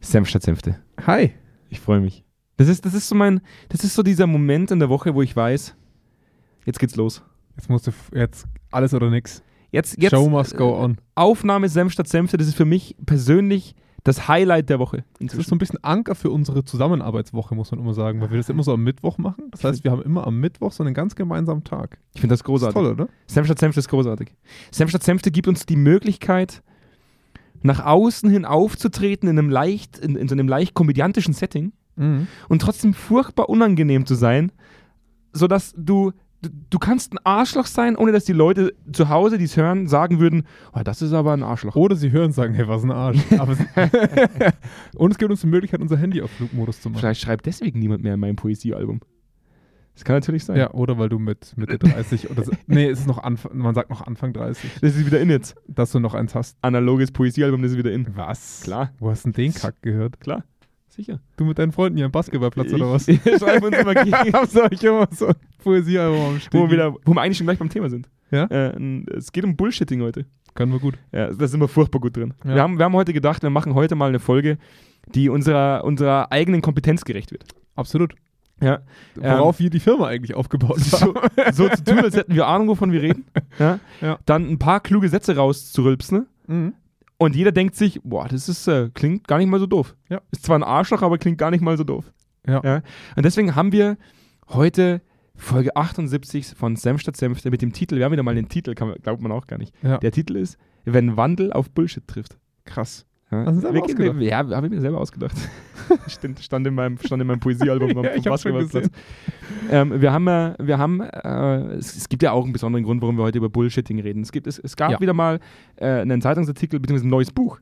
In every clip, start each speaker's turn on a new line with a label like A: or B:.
A: Senf statt Senfte.
B: Hi.
A: Ich freue mich. Das ist, das ist so mein, das ist so dieser Moment in der Woche, wo ich weiß, jetzt geht's los.
B: Jetzt musst du f- jetzt alles oder nix.
A: Jetzt, jetzt
B: Show must go on.
A: Aufnahme Senf statt Senfte, das ist für mich persönlich das Highlight der Woche.
B: Das ist so ein bisschen Anker für unsere Zusammenarbeitswoche, muss man immer sagen, weil wir das immer so am Mittwoch machen. Das heißt, wir haben immer am Mittwoch so einen ganz gemeinsamen Tag.
A: Ich finde das
B: Das ist
A: großartig.
B: toll, oder?
A: Senf statt Senfte ist großartig. Senf statt Senfte gibt uns die Möglichkeit, nach außen hin aufzutreten in einem leicht, in, in so einem leicht komödiantischen Setting
B: Mhm.
A: und trotzdem furchtbar unangenehm zu sein, sodass du, du, du kannst ein Arschloch sein, ohne dass die Leute zu Hause, die es hören, sagen würden, oh, das ist aber ein Arschloch.
B: Oder sie hören und sagen, hey, was ein Arsch. Aber es- und es gibt uns die Möglichkeit, unser Handy auf Flugmodus zu machen.
A: Vielleicht schreibt deswegen niemand mehr in meinem Poesiealbum. Das kann natürlich sein.
B: Ja, oder weil du mit Mitte 30 oder so, nee, es ist noch Anfang, man sagt noch Anfang 30,
A: Das ist wieder in jetzt.
B: dass du noch eins hast.
A: Analoges Poesiealbum, das ist wieder in.
B: Was?
A: Klar.
B: Wo hast denn den Kack gehört?
A: Klar, sicher.
B: Du mit deinen Freunden hier am Basketballplatz oder was?
A: Ich schreibe uns immer gegen.
B: Hab's euch immer so ein Poesiealbum am
A: Wo
B: Stehen.
A: wir, wieder, wo wir eigentlich schon gleich beim Thema sind.
B: Ja?
A: Äh, n- es geht um Bullshitting heute.
B: Können wir gut.
A: Ja, da sind wir furchtbar gut drin.
B: Ja.
A: Wir, haben, wir haben heute gedacht, wir machen heute mal eine Folge, die unserer, unserer eigenen Kompetenz gerecht wird.
B: Absolut.
A: Ja. Ähm,
B: Worauf wir die Firma eigentlich aufgebaut haben.
A: So zu tun, als hätten wir Ahnung, wovon wir reden. Ja.
B: Ja.
A: Dann ein paar kluge Sätze rauszurülpsen. ne?
B: Mhm.
A: Und jeder denkt sich, boah, das ist, äh, klingt gar nicht mal so doof.
B: Ja.
A: Ist zwar ein Arschloch, aber klingt gar nicht mal so doof.
B: Ja.
A: Und deswegen haben wir heute Folge 78 von Senf statt Senf mit dem Titel, wir haben wieder mal den Titel, kann, man- glaubt man auch gar nicht.
B: Ja.
A: Der Titel ist, wenn Wandel auf Bullshit trifft.
B: Krass.
A: Ja,
B: Hast du selber
A: Wir- wir-
B: ausgedacht?
A: ja habe ich mir selber ausgedacht. Stimmt, stand in meinem, stand in meinem Poesiealbum am
B: Ja, ich hab's schon
A: Basketballplatz. Ähm, wir haben, äh, wir haben äh, es, es gibt ja auch einen besonderen Grund, warum wir heute über Bullshitting reden. Es, gibt, es, es gab
B: Ja.
A: wieder mal äh, einen Zeitungsartikel bzw. ein neues Buch,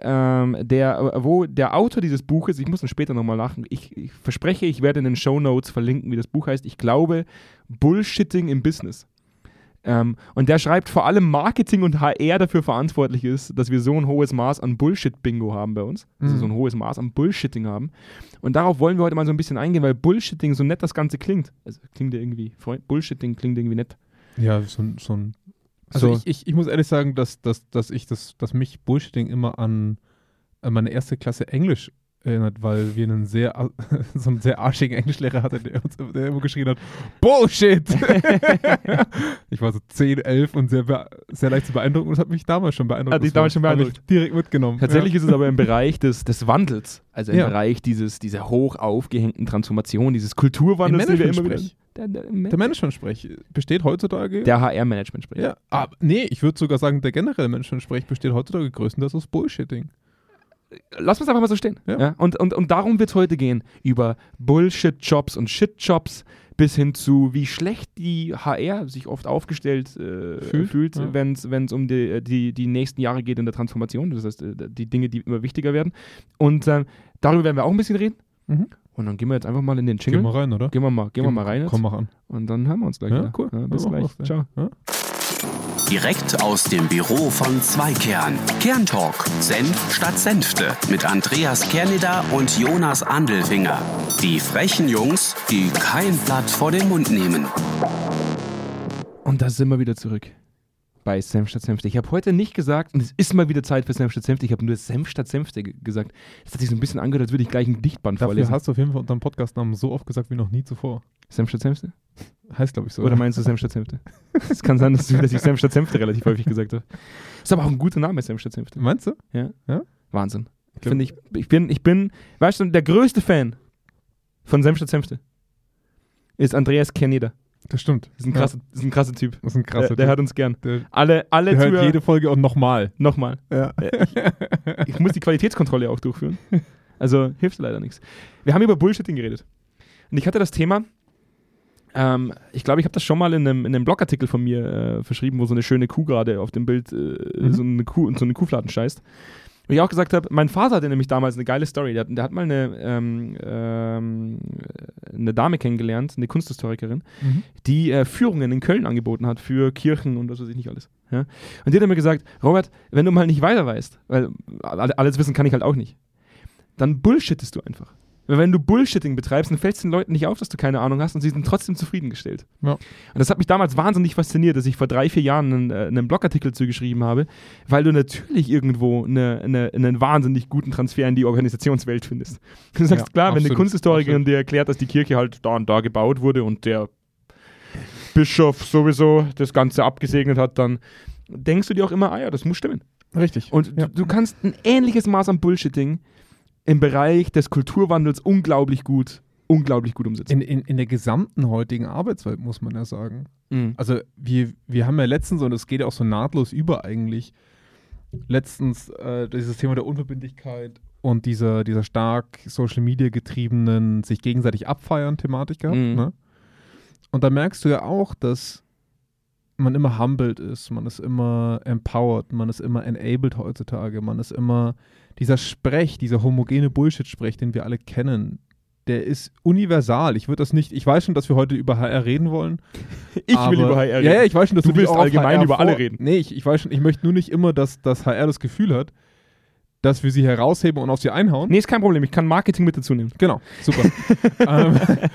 A: ähm, der, wo der Autor dieses Buches, ich muss dann später nochmal nach, ich, ich verspreche, ich werde in den Show Notes verlinken, wie das Buch heißt. Ich glaube, Bullshitting im Business. Ähm, und der schreibt vor allem Marketing und HR dafür verantwortlich ist, dass wir so ein hohes Maß an Bullshit-Bingo haben bei uns. Also
B: Mhm.
A: so ein hohes Maß an Bullshitting haben. Und darauf wollen wir heute mal so ein bisschen eingehen, weil Bullshitting, so nett das Ganze klingt, also klingt ja irgendwie, Freu- Bullshitting klingt irgendwie nett.
B: Ja, so, ein- so ein. Also
A: So.
B: ich, ich, ich muss ehrlich sagen, dass, dass, dass ich das, dass mich Bullshitting immer an, an meine erste Klasse Englisch erinnert, weil wir einen sehr ar- so einen sehr arschigen Englischlehrer hatten, der, uns, der immer geschrien hat, Bullshit! ich war so 10, 11 und sehr, bee- sehr leicht zu beeindrucken und das hat mich damals schon beeindruckt.
A: Hat dich
B: Das war-
A: damals schon
B: hat mich
A: beeindruckt.
B: direkt mitgenommen.
A: Tatsächlich ist es aber im Bereich des, des Wandels, also im
B: Ja.
A: Bereich dieses, dieser hoch aufgehängten Transformation, dieses
B: ja. im
A: Kulturwandels, den wir immer wieder.
B: Management-Sprech.
A: Der, der,
B: Der Management-Sprech besteht heutzutage
A: der HR-Management spricht.
B: Ja, aber nee, ich würde sogar sagen, der generelle Menschensprech besteht heutzutage größtenteils aus Bullshitting.
A: Lass uns einfach mal so stehen.
B: Ja.
A: Und, und, und darum wird es heute gehen. Über Bullshit-Jobs und Shit-Jobs bis hin zu, wie schlecht die HR sich oft aufgestellt äh,
B: Fühlt,
A: fühlt,
B: ja.
A: wenn es um die, die, die nächsten Jahre geht in der Transformation. Das heißt, äh, die Dinge, die immer wichtiger werden. Und ähm, darüber werden wir auch ein bisschen reden.
B: Mhm.
A: Und dann gehen wir jetzt einfach mal in den
B: Gehen
A: Jingle.
B: wir rein, oder?
A: Gehen wir mal, gehen wir mal rein jetzt.
B: Komm, mach an.
A: und dann hören wir uns gleich.
B: Ja,
A: wieder.
B: cool.
A: bis
B: Ja, machen
A: gleich.
B: wir's, ja.
A: Ciao.
C: Direkt aus dem Büro von Zweikern. Kerntalk. Senf statt Senfte. Mit Andreas Kerneder und Jonas Andelfinger. Die frechen Jungs, die kein Blatt vor den Mund nehmen.
A: Und da sind wir wieder zurück bei Senf statt Senfte. Ich habe heute nicht gesagt, und es ist mal wieder Zeit für Senf statt Senfte, ich habe nur Senf statt Senfte ge- gesagt. Das hat sich so ein bisschen angehört, als würde ich gleich ein Dichtband
B: Dafür
A: vorlesen.
B: hast du auf jeden Fall unseren Podcastnamen so oft gesagt wie noch nie zuvor.
A: Senf statt Senfte?
B: Heißt, glaube ich, so.
A: Oder meinst du Senf statt Senfte? es kann sein, dass, du, dass ich Senf statt Senfte relativ häufig gesagt habe. Ist aber auch ein guter Name, Senf statt Senfte.
B: meinst du?
A: Wahnsinn.
B: glaub-
A: Finde ich, ich bin, ich bin, weißt du, der größte Fan von Senf statt Senfte ist Andreas Kerneder.
B: Das stimmt.
A: Ist ein krasser, ist ein krasser Typ.
B: Das ist ein krasser
A: der, der
B: Typ.
A: hört uns gern.
B: der,
A: Alle, alle
B: der hört
A: Zuhörer-
B: jede Folge und nochmal.
A: Nochmal.
B: Ja.
A: Äh, Ich, ich muss die Qualitätskontrolle auch durchführen. Also hilft leider nichts. Wir haben über Bullshitting geredet. Und ich hatte das Thema, ähm, ich glaube, ich habe das schon mal in einem, in einem Blogartikel von mir äh, verschrieben, wo so eine schöne Kuh gerade auf dem Bild äh,
B: Mhm.
A: so eine Kuh und so eine Kuhfladen scheißt. Wo ich auch gesagt habe, mein Vater hatte nämlich damals eine geile Story. Der, hat- der hat mal eine, ähm, ähm, eine Dame kennengelernt, eine Kunsthistorikerin,
B: Mhm.
A: die äh, Führungen in Köln angeboten hat für Kirchen und was weiß ich nicht alles. Ja? Und die hat mir gesagt, Robert, wenn du äh, mal nicht weiter weißt, weil alle- alles wissen kann ich halt auch nicht, dann bullshittest du einfach. Weil wenn du Bullshitting betreibst, dann fällt es den Leuten nicht auf, dass du keine Ahnung hast und sie sind trotzdem zufriedengestellt.
B: Ja.
A: Und das hat mich damals wahnsinnig fasziniert, dass ich vor drei, vier Jahren einen, äh, einen Blogartikel zugeschrieben habe, weil du natürlich irgendwo eine, eine, einen wahnsinnig guten Transfer in die Organisationswelt findest. Du sagst,
B: Ja,
A: klar, wenn eine
B: absolut,
A: Kunsthistorikerin dir erklärt, dass die Kirche halt da und da gebaut wurde und der Bischof sowieso das Ganze abgesegnet hat, dann denkst du dir auch immer, ah ja, das muss stimmen.
B: Richtig.
A: Und
B: Ja.
A: du, du kannst ein ähnliches Maß an Bullshitting im Bereich des Kulturwandels unglaublich gut, unglaublich gut umsetzen.
B: In, in, in der gesamten heutigen Arbeitswelt muss man ja sagen.
A: Mhm.
B: Also wir, wir haben ja letztens, und es geht ja auch so nahtlos über eigentlich, letztens äh, dieses Thema der Unverbindlichkeit und dieser, dieser stark Social Media getriebenen, sich gegenseitig abfeiern Thematik gehabt.
A: Mhm.
B: Ne? Und da merkst du ja auch, dass man immer humbled ist, man ist immer empowered, man ist immer enabled heutzutage, man ist immer dieser Sprech, dieser homogene Bullshit-Sprech, den wir alle kennen, der ist universal. Ich würde das nicht, ich weiß schon, dass wir heute über HR reden wollen,
A: Ich
B: aber-
A: will über HR reden.
B: Ja, ja, ich weiß schon, dass
A: Du
B: du, dich
A: willst
B: auch auf
A: allgemein
B: HR
A: über
B: vor-
A: alle reden.
B: Nee, ich, ich weiß schon, ich möchte nur nicht immer, dass, dass HR das Gefühl hat, dass wir sie herausheben und auf sie einhauen.
A: Nee, ist kein Problem. Ich kann Marketing mit dazu nehmen.
B: Genau, super. ähm, äh,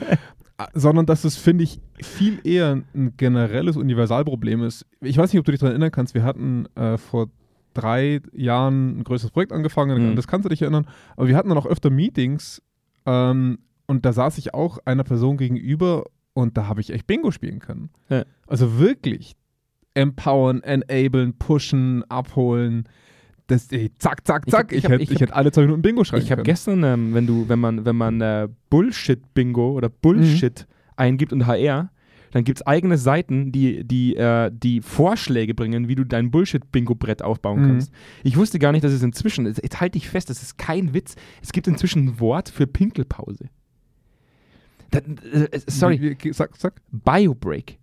B: sondern dass es, finde ich, viel eher ein generelles Universalproblem ist. Ich weiß nicht, ob du dich daran erinnern kannst, wir hatten äh, vor drei Jahren ein größeres Projekt angefangen,
A: Mhm.
B: das kannst du dich erinnern, aber wir hatten dann auch öfter Meetings ähm, und da saß ich auch einer Person gegenüber und da habe ich echt Bingo spielen können.
A: Ja.
B: Also wirklich empowern, enablen, pushen, abholen. Das, ey, zack, zack,
A: Ich hab-
B: zack. Ich,
A: ich hab-
B: hätte
A: ich
B: ich
A: hab-
B: hätte alle zwei Minuten Bingo schreiben
A: Ich habe
B: können.
A: gestern, ähm, wenn du, wenn man, wenn man äh, Bullshit-Bingo oder Bullshit eingibt und HR, dann gibt es eigene Seiten, die, die, äh, die Vorschläge bringen, wie du dein Bullshit-Bingo-Brett aufbauen
B: Mhm.
A: kannst. Ich wusste gar nicht, dass es inzwischen, jetzt, jetzt halte ich fest, das ist kein Witz, es gibt inzwischen ein Wort für Pinkelpause. Da, äh, sorry,
B: Wie- wie- Sag, sag.
A: Biobreak.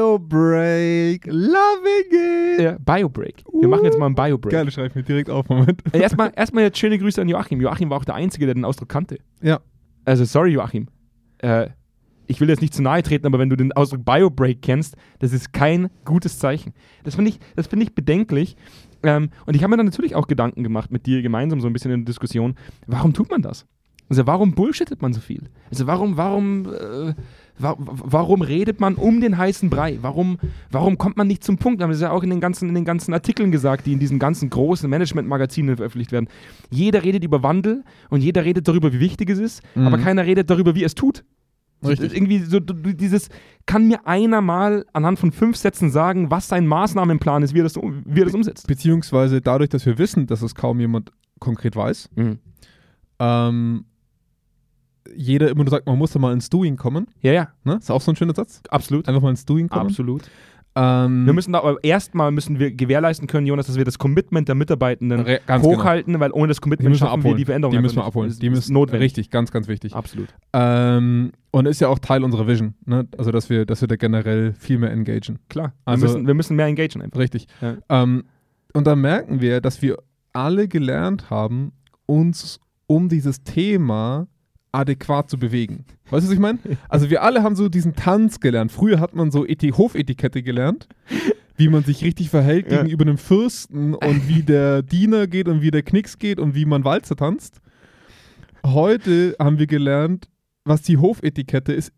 B: Biobreak, loving it.
A: Ja, Biobreak. Wir machen jetzt mal einen Biobreak.
B: Geil, das schreibe ich mir direkt auf, Moment.
A: Äh, Erstmal, erstmal jetzt schöne Grüße an Joachim. Joachim war auch der Einzige, der den Ausdruck kannte.
B: Ja.
A: Also, sorry, Joachim. Äh, ich will jetzt nicht zu nahe treten, aber wenn du den Ausdruck Biobreak kennst, das ist kein gutes Zeichen. Das finde ich, das finde ich bedenklich. Ähm, und ich habe mir dann natürlich auch Gedanken gemacht mit dir gemeinsam so ein bisschen in der Diskussion. Warum tut man das? Also warum bullshittet man so viel? Also warum, warum, äh, wa warum redet man um den heißen Brei? Warum, warum kommt man nicht zum Punkt? Wir haben das ja auch in den ganzen, in den ganzen Artikeln gesagt, die in diesen ganzen großen Management-Magazinen veröffentlicht werden. Jeder redet über Wandel und jeder redet darüber, wie wichtig es ist,
B: Mhm.
A: aber keiner redet darüber, wie es tut. So,
B: Richtig.
A: das- Irgendwie so du- du- dieses, kann mir einer mal anhand von fünf Sätzen sagen, was sein Maßnahmenplan ist, wie er das, um- wie er das umsetzt?
B: Beziehungsweise dadurch, dass wir wissen, dass es kaum jemand konkret weiß,
A: Mhm.
B: ähm, jeder immer nur sagt, man muss da mal ins Doing kommen.
A: Ja, ja,
B: Ne? Ist auch so ein schöner Satz.
A: absolut.
B: Einfach mal ins Doing kommen.
A: Absolut.
B: Ähm,
A: Wir müssen da aber erstmal müssen wir gewährleisten können, Jonas, dass wir das Commitment der Mitarbeitenden
B: re- ganz genau.
A: hochhalten, weil ohne das
B: Die
A: Commitment
B: müssen wir
A: schaffen wir
B: abholen.
A: die Veränderung.
B: die
A: einfach
B: müssen wir
A: nicht.
B: abholen.
A: Das
B: Die
A: ist
B: müssen
A: notwendig.
B: Richtig, ganz, ganz wichtig.
A: Absolut.
B: Ähm, und ist ja auch Teil unserer Vision. Ne? Also, dass wir, dass wir da generell viel mehr engagieren.
A: Klar.
B: Also-
A: wir, müssen, wir müssen mehr engagieren einfach.
B: Richtig.
A: Ja.
B: Ähm, und da merken wir, dass wir alle gelernt haben, uns um dieses Thema adäquat zu bewegen. Weißt du, was ich meine? Also wir alle haben so diesen Tanz gelernt. Früher hat man so Eti Hofetikette gelernt, wie man sich richtig verhält
A: Ja.
B: gegenüber einem Fürsten und wie der Diener geht und wie der Knicks geht und wie man Walzer tanzt. Heute haben wir gelernt, was die Hofetikette ist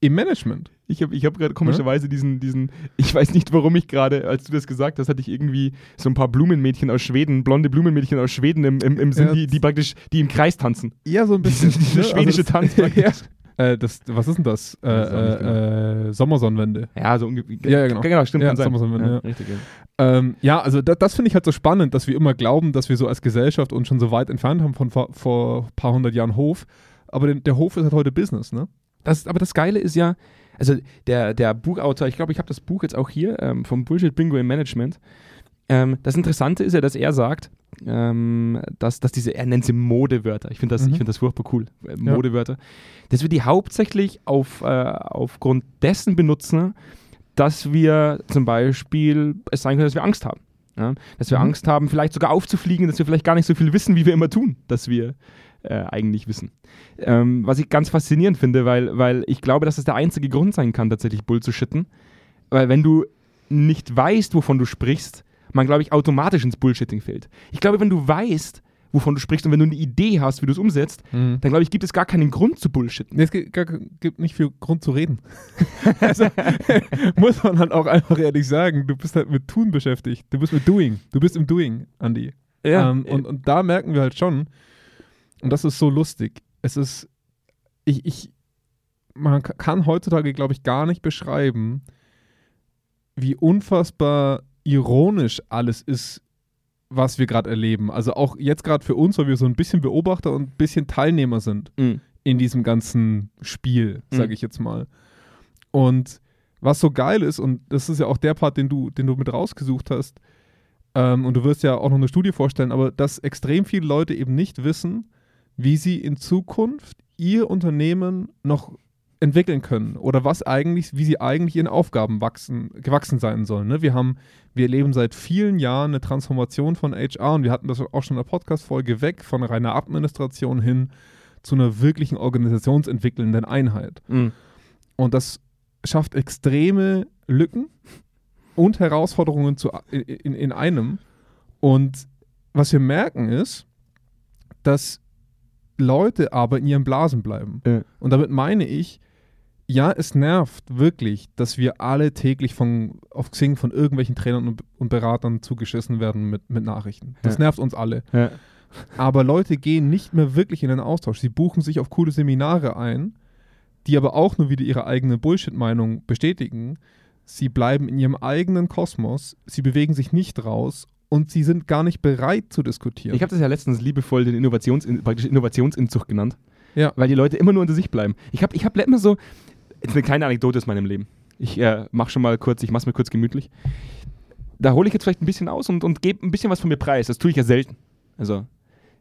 B: im Management.
A: Ich habe ich hab gerade komischerweise diesen, diesen, ich weiß nicht, warum ich gerade, als du das gesagt hast, hatte ich irgendwie so ein paar Blumenmädchen aus Schweden, blonde Blumenmädchen aus Schweden im, im, im Sinn,
B: Ja.
A: die, die praktisch, die im Kreis tanzen.
B: Ja, so ein
A: Diese,
B: bisschen.
A: diese
B: ne?
A: schwedische
B: also das-
A: Tanz.
B: ja. Äh, das, was ist denn das? Äh,
A: Weiß ich auch nicht
B: äh, äh, Sommersonnenwende.
A: Ja, so ungefähr.
B: Ja, ja, genau.
A: stimmt.
B: Ja,
A: kann sein.
B: das muss man- ja.
A: Richtig, ja.
B: Ähm, ja, also da, das finde ich halt so spannend, dass wir immer glauben, dass wir so als Gesellschaft uns schon so weit entfernt haben von vor, vor ein paar hundert Jahren Hof. Aber den, der Hof ist halt heute Business, ne?
A: Das, aber das Geile ist ja, also der, der Buchautor, ich glaube, ich habe das Buch jetzt auch hier ähm, vom Bullshit Bingo im Management. Ähm, das Interessante ist ja, dass er sagt, ähm, dass, dass diese, er nennt sie Modewörter. Ich finde das,
B: Mhm.
A: ich find das furchtbar cool, äh, Modewörter. Dass wir die hauptsächlich auf, äh, aufgrund dessen benutzen, dass wir zum Beispiel, es sein könnte, dass wir Angst haben. Ja? Dass wir
B: Mhm.
A: Angst haben, vielleicht sogar aufzufliegen, dass wir vielleicht gar nicht so viel wissen, wie wir immer tun, dass wir äh, eigentlich wissen. Ähm, was ich ganz faszinierend finde, weil, weil ich glaube, dass es der einzige Grund sein kann, tatsächlich Bull zu schitten. Weil wenn du nicht weißt, wovon du sprichst, man, glaube ich, automatisch ins Bullshitting fällt. Ich glaube, wenn du weißt, wovon du sprichst. Und wenn du eine Idee hast, wie du es umsetzt,
B: Mhm.
A: dann glaube ich, gibt es gar keinen Grund zu bullshitten.
B: Nee, es gibt, gar, gibt nicht viel Grund zu reden. also, muss man halt auch einfach ehrlich sagen, du bist halt mit Tun beschäftigt. Du bist mit Doing. Du bist im Doing, Andi. Ähm, und, und da merken wir halt schon, und das ist so lustig, es ist, ich, ich man ka- kann heutzutage, glaube ich, gar nicht beschreiben, wie unfassbar ironisch alles ist, was wir gerade erleben. Also auch jetzt gerade für uns, weil wir so ein bisschen Beobachter und ein bisschen Teilnehmer sind
A: Mhm.
B: in diesem ganzen Spiel, sage
A: Mhm.
B: ich jetzt mal. Und was so geil ist, und das ist ja auch der Part, den du, den du mit rausgesucht hast, ähm, und du wirst ja auch noch eine Studie vorstellen, aber dass extrem viele Leute eben nicht wissen, wie sie in Zukunft ihr Unternehmen noch entwickeln können oder was eigentlich, wie sie eigentlich ihren Aufgaben wachsen, gewachsen sein sollen. Ne? Wir haben, wir erleben seit vielen Jahren eine Transformation von HR und wir hatten das auch schon in der Podcast-Folge weg von reiner Administration hin zu einer wirklichen organisationsentwickelnden Einheit.
A: Mhm.
B: Und das schafft extreme Lücken und Herausforderungen zu, in, in einem. Und was wir merken ist, dass Leute aber in ihren Blasen bleiben.
A: Ja.
B: Und damit meine ich, ja, es nervt wirklich, dass wir alle täglich von, auf Xing von irgendwelchen Trainern und, und Beratern zugeschissen werden mit, mit Nachrichten. Das
A: Ja.
B: nervt uns alle.
A: Ja.
B: Aber Leute gehen nicht mehr wirklich in den Austausch. Sie buchen sich auf coole Seminare ein, die aber auch nur wieder ihre eigene Bullshit-Meinung bestätigen. Sie bleiben in ihrem eigenen Kosmos, sie bewegen sich nicht raus und sie sind gar nicht bereit zu diskutieren.
A: Ich habe das ja letztens liebevoll den Innovations praktisch Innovationsinzug genannt.
B: Ja.
A: Weil die Leute immer nur unter sich bleiben. Ich habe ich hab immer so, jetzt eine kleine Anekdote aus meinem Leben. Ich äh, mache schon mal kurz, ich mache mir kurz gemütlich. Da hole ich jetzt vielleicht ein bisschen aus und, und gebe ein bisschen was von mir preis. Das tue ich ja selten. Also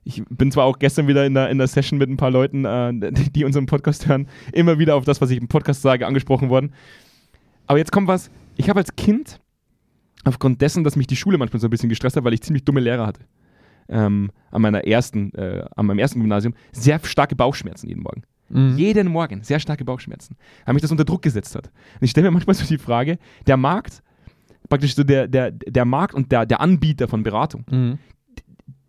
A: ich bin zwar auch gestern wieder in der, in der Session mit ein paar Leuten, äh, die, die unseren Podcast hören, immer wieder auf das, was ich im Podcast sage, angesprochen worden. Aber jetzt kommt was. Ich habe als Kind, aufgrund dessen, dass mich die Schule manchmal so ein bisschen gestresst hat, weil ich ziemlich dumme Lehrer hatte, ähm, an, meiner ersten, äh, an meinem ersten Gymnasium, sehr starke Bauchschmerzen jeden Morgen.
B: Mhm.
A: Jeden Morgen sehr starke Bauchschmerzen. Weil mich das unter Druck gesetzt hat. Und ich stelle mir manchmal so die Frage, der Markt, praktisch so der, der, der Markt und der, der Anbieter von Beratung,
B: Mhm.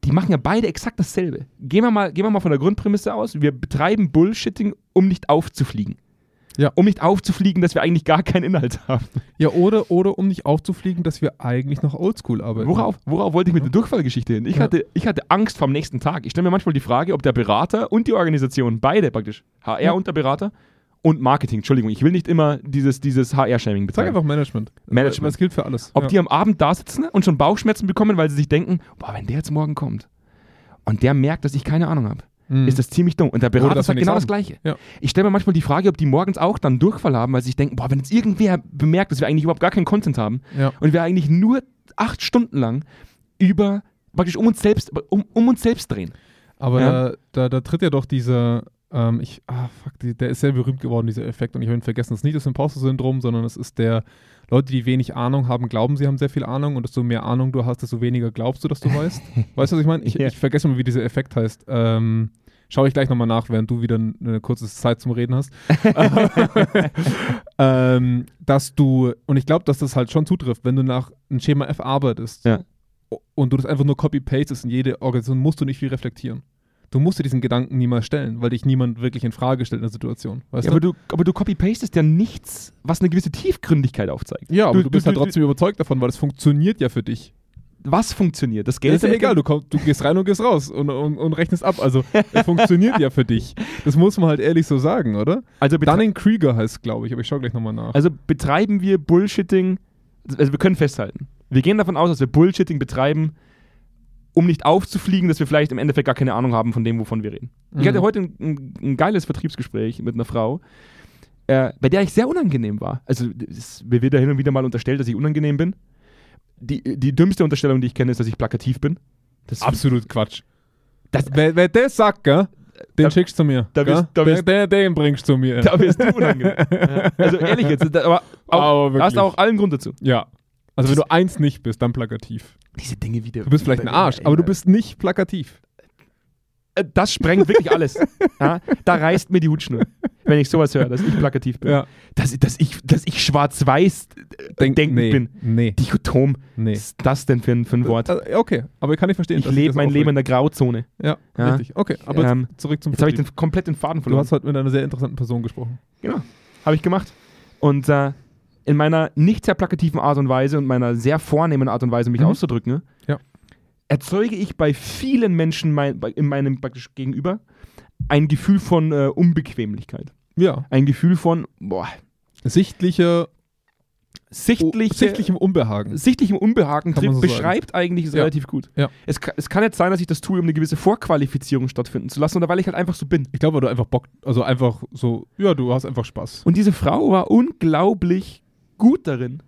A: die machen ja beide exakt dasselbe. Gehen wir mal, gehen wir mal von der Grundprämisse aus, wir betreiben Bullshitting, um nicht aufzufliegen.
B: Ja.
A: Um nicht aufzufliegen, dass wir eigentlich gar keinen Inhalt haben.
B: Ja, oder, oder um nicht aufzufliegen, dass wir eigentlich noch oldschool arbeiten.
A: Worauf, worauf wollte ich mit der Durchfallgeschichte hin? Ich,
B: Ja.
A: hatte, ich hatte Angst vom nächsten Tag. Ich stelle mir manchmal die Frage, ob der Berater und die Organisation, beide praktisch, HR
B: Ja.
A: und der Berater und Marketing, Entschuldigung, ich will nicht immer dieses, dieses HR-Shaming
B: Sag
A: betreiben.
B: einfach Management.
A: Management.
B: Das gilt für alles.
A: Ob
B: ja.
A: die am Abend da sitzen und schon Bauchschmerzen bekommen, weil sie sich denken, boah, wenn der jetzt morgen kommt und der merkt, dass ich keine Ahnung habe,
B: Mhm.
A: ist das ziemlich dumm. Und der
B: Oder
A: Berater
B: dass
A: sagt
B: wir nichts
A: genau das
B: haben.
A: Gleiche.
B: Ja.
A: Ich stelle mir manchmal die Frage, ob die morgens auch dann Durchfall haben, weil sie sich denken, boah, wenn jetzt irgendwer bemerkt, dass wir eigentlich überhaupt gar keinen Content haben
B: ja.
A: und wir eigentlich nur acht Stunden lang über praktisch um uns selbst um, um uns selbst drehen.
B: Aber
A: Ja.
B: da, da, da tritt ja doch dieser, ähm, ich, ah, fuck, die, der ist sehr berühmt geworden, dieser Effekt. Und ich habe ihn vergessen. Es ist nicht das Imposter-Syndrom, sondern es ist der, Leute, die wenig Ahnung haben, glauben, sie haben sehr viel Ahnung. Und desto mehr Ahnung du hast, desto weniger glaubst du, dass du weißt. weißt du, was ich meine? Ich,
A: Ja.
B: ich vergesse mal, wie dieser Effekt heißt. Ähm, Schaue ich gleich nochmal nach, während du wieder n- eine kurze Zeit zum Reden hast. ähm, dass du, und ich glaube, dass das halt schon zutrifft, wenn du nach einem Schema F arbeitest
A: Ja.
B: und du das einfach nur copy-pastest in jede Organisation, musst du nicht viel reflektieren. Du musst dir diesen Gedanken niemals stellen, weil dich niemand wirklich in Frage stellt in der Situation. Weißt
A: Ja,
B: du?
A: aber du aber du copy-pastest ja nichts, was eine gewisse Tiefgründigkeit aufzeigt.
B: ja, aber
A: du-
B: du, bist
A: du-
B: halt
A: du-
B: trotzdem überzeugt davon, weil es funktioniert ja für dich.
A: Was funktioniert? Das Geld
B: ist ja
A: damit-
B: egal, du, kommst, du gehst rein und gehst raus und, und, und rechnest ab. Also es funktioniert ja für dich. Das muss man halt ehrlich so sagen, oder?
A: Also, betre
B: Dunning-Krieger heißt glaube ich, aber ich schaue gleich nochmal nach.
A: also betreiben wir Bullshitting, also wir können festhalten. Wir gehen davon aus, dass wir Bullshitting betreiben, um nicht aufzufliegen, dass wir vielleicht im Endeffekt gar keine Ahnung haben von dem, wovon wir reden. Ich hatte
B: Mhm.
A: heute ein, ein, ein geiles Vertriebsgespräch mit einer Frau, äh, bei der ich sehr unangenehm war. Also es, mir wird da hin und wieder mal unterstellt, dass ich unangenehm bin. Die, die dümmste Unterstellung, die ich kenne, ist, dass ich plakativ bin. Das
B: Absolut Quatsch.
A: Das-
B: wer, wer das sagt, gell, den
A: Da-
B: schickst du mir.
A: da
B: gell?
A: bist- da
B: Den-
A: bist-
B: den, den bringst du mir.
A: da bist du unangenehm. Ja. also ehrlich jetzt, da, aber auch,
B: aber wirklich.
A: hast du auch allen Grund dazu.
B: ja. Also wenn du eins nicht bist, dann plakativ.
A: Diese Dinge wieder.
B: Du bist vielleicht ein Arsch, aber du bist nicht plakativ.
A: Äh, das sprengt wirklich alles. ja? Da reißt mir die Hutschnur. Wenn wenn ich sowas höre, dass ich plakativ bin.
B: Ja.
A: Dass, dass ich, dass ich schwarz-weiß äh,
B: Denk-
A: denken
B: nee,
A: bin.
B: Nee.
A: Dichotom.
B: nee.
A: Was ist das denn für ein, für ein Wort?
B: Äh, Okay, aber kann ich verstehen.
A: Ich
B: dass
A: lebe
B: das
A: mein Leben in
B: aufregt.
A: der Grauzone.
B: Ja,
A: Ja.
B: richtig. Okay, aber
A: Ähm,
B: zurück zum
A: Jetzt habe ich
B: Vertrieb.
A: den komplett den Faden
B: Du
A: verloren.
B: hast heute mit einer sehr interessanten Person gesprochen.
A: Genau. Habe ich gemacht. Und äh, in meiner nicht sehr plakativen Art und Weise und meiner sehr vornehmen Art und Weise, mich
B: Mhm.
A: auszudrücken, ne,
B: Ja.
A: erzeuge ich bei vielen Menschen mein, bei, in meinem praktisch Gegenüber ein Gefühl von äh, Unbequemlichkeit.
B: Ja.
A: Ein Gefühl von boah,
B: Sichtliche,
A: sichtliche,
B: sichtlichem Unbehagen.
A: sichtlichem Unbehagen
B: Oh, Kann man
A: trifft,
B: so sagen.
A: beschreibt eigentlich es
B: Ja.
A: relativ gut.
B: Ja.
A: Es, ka- es kann jetzt sein, dass ich das tue, um eine gewisse Vorqualifizierung stattfinden zu lassen oder weil ich halt einfach so bin.
B: Ich glaube, weil du einfach Bock, also einfach so, ja, du hast einfach Spaß.
A: Und diese Frau war unglaublich gut darin,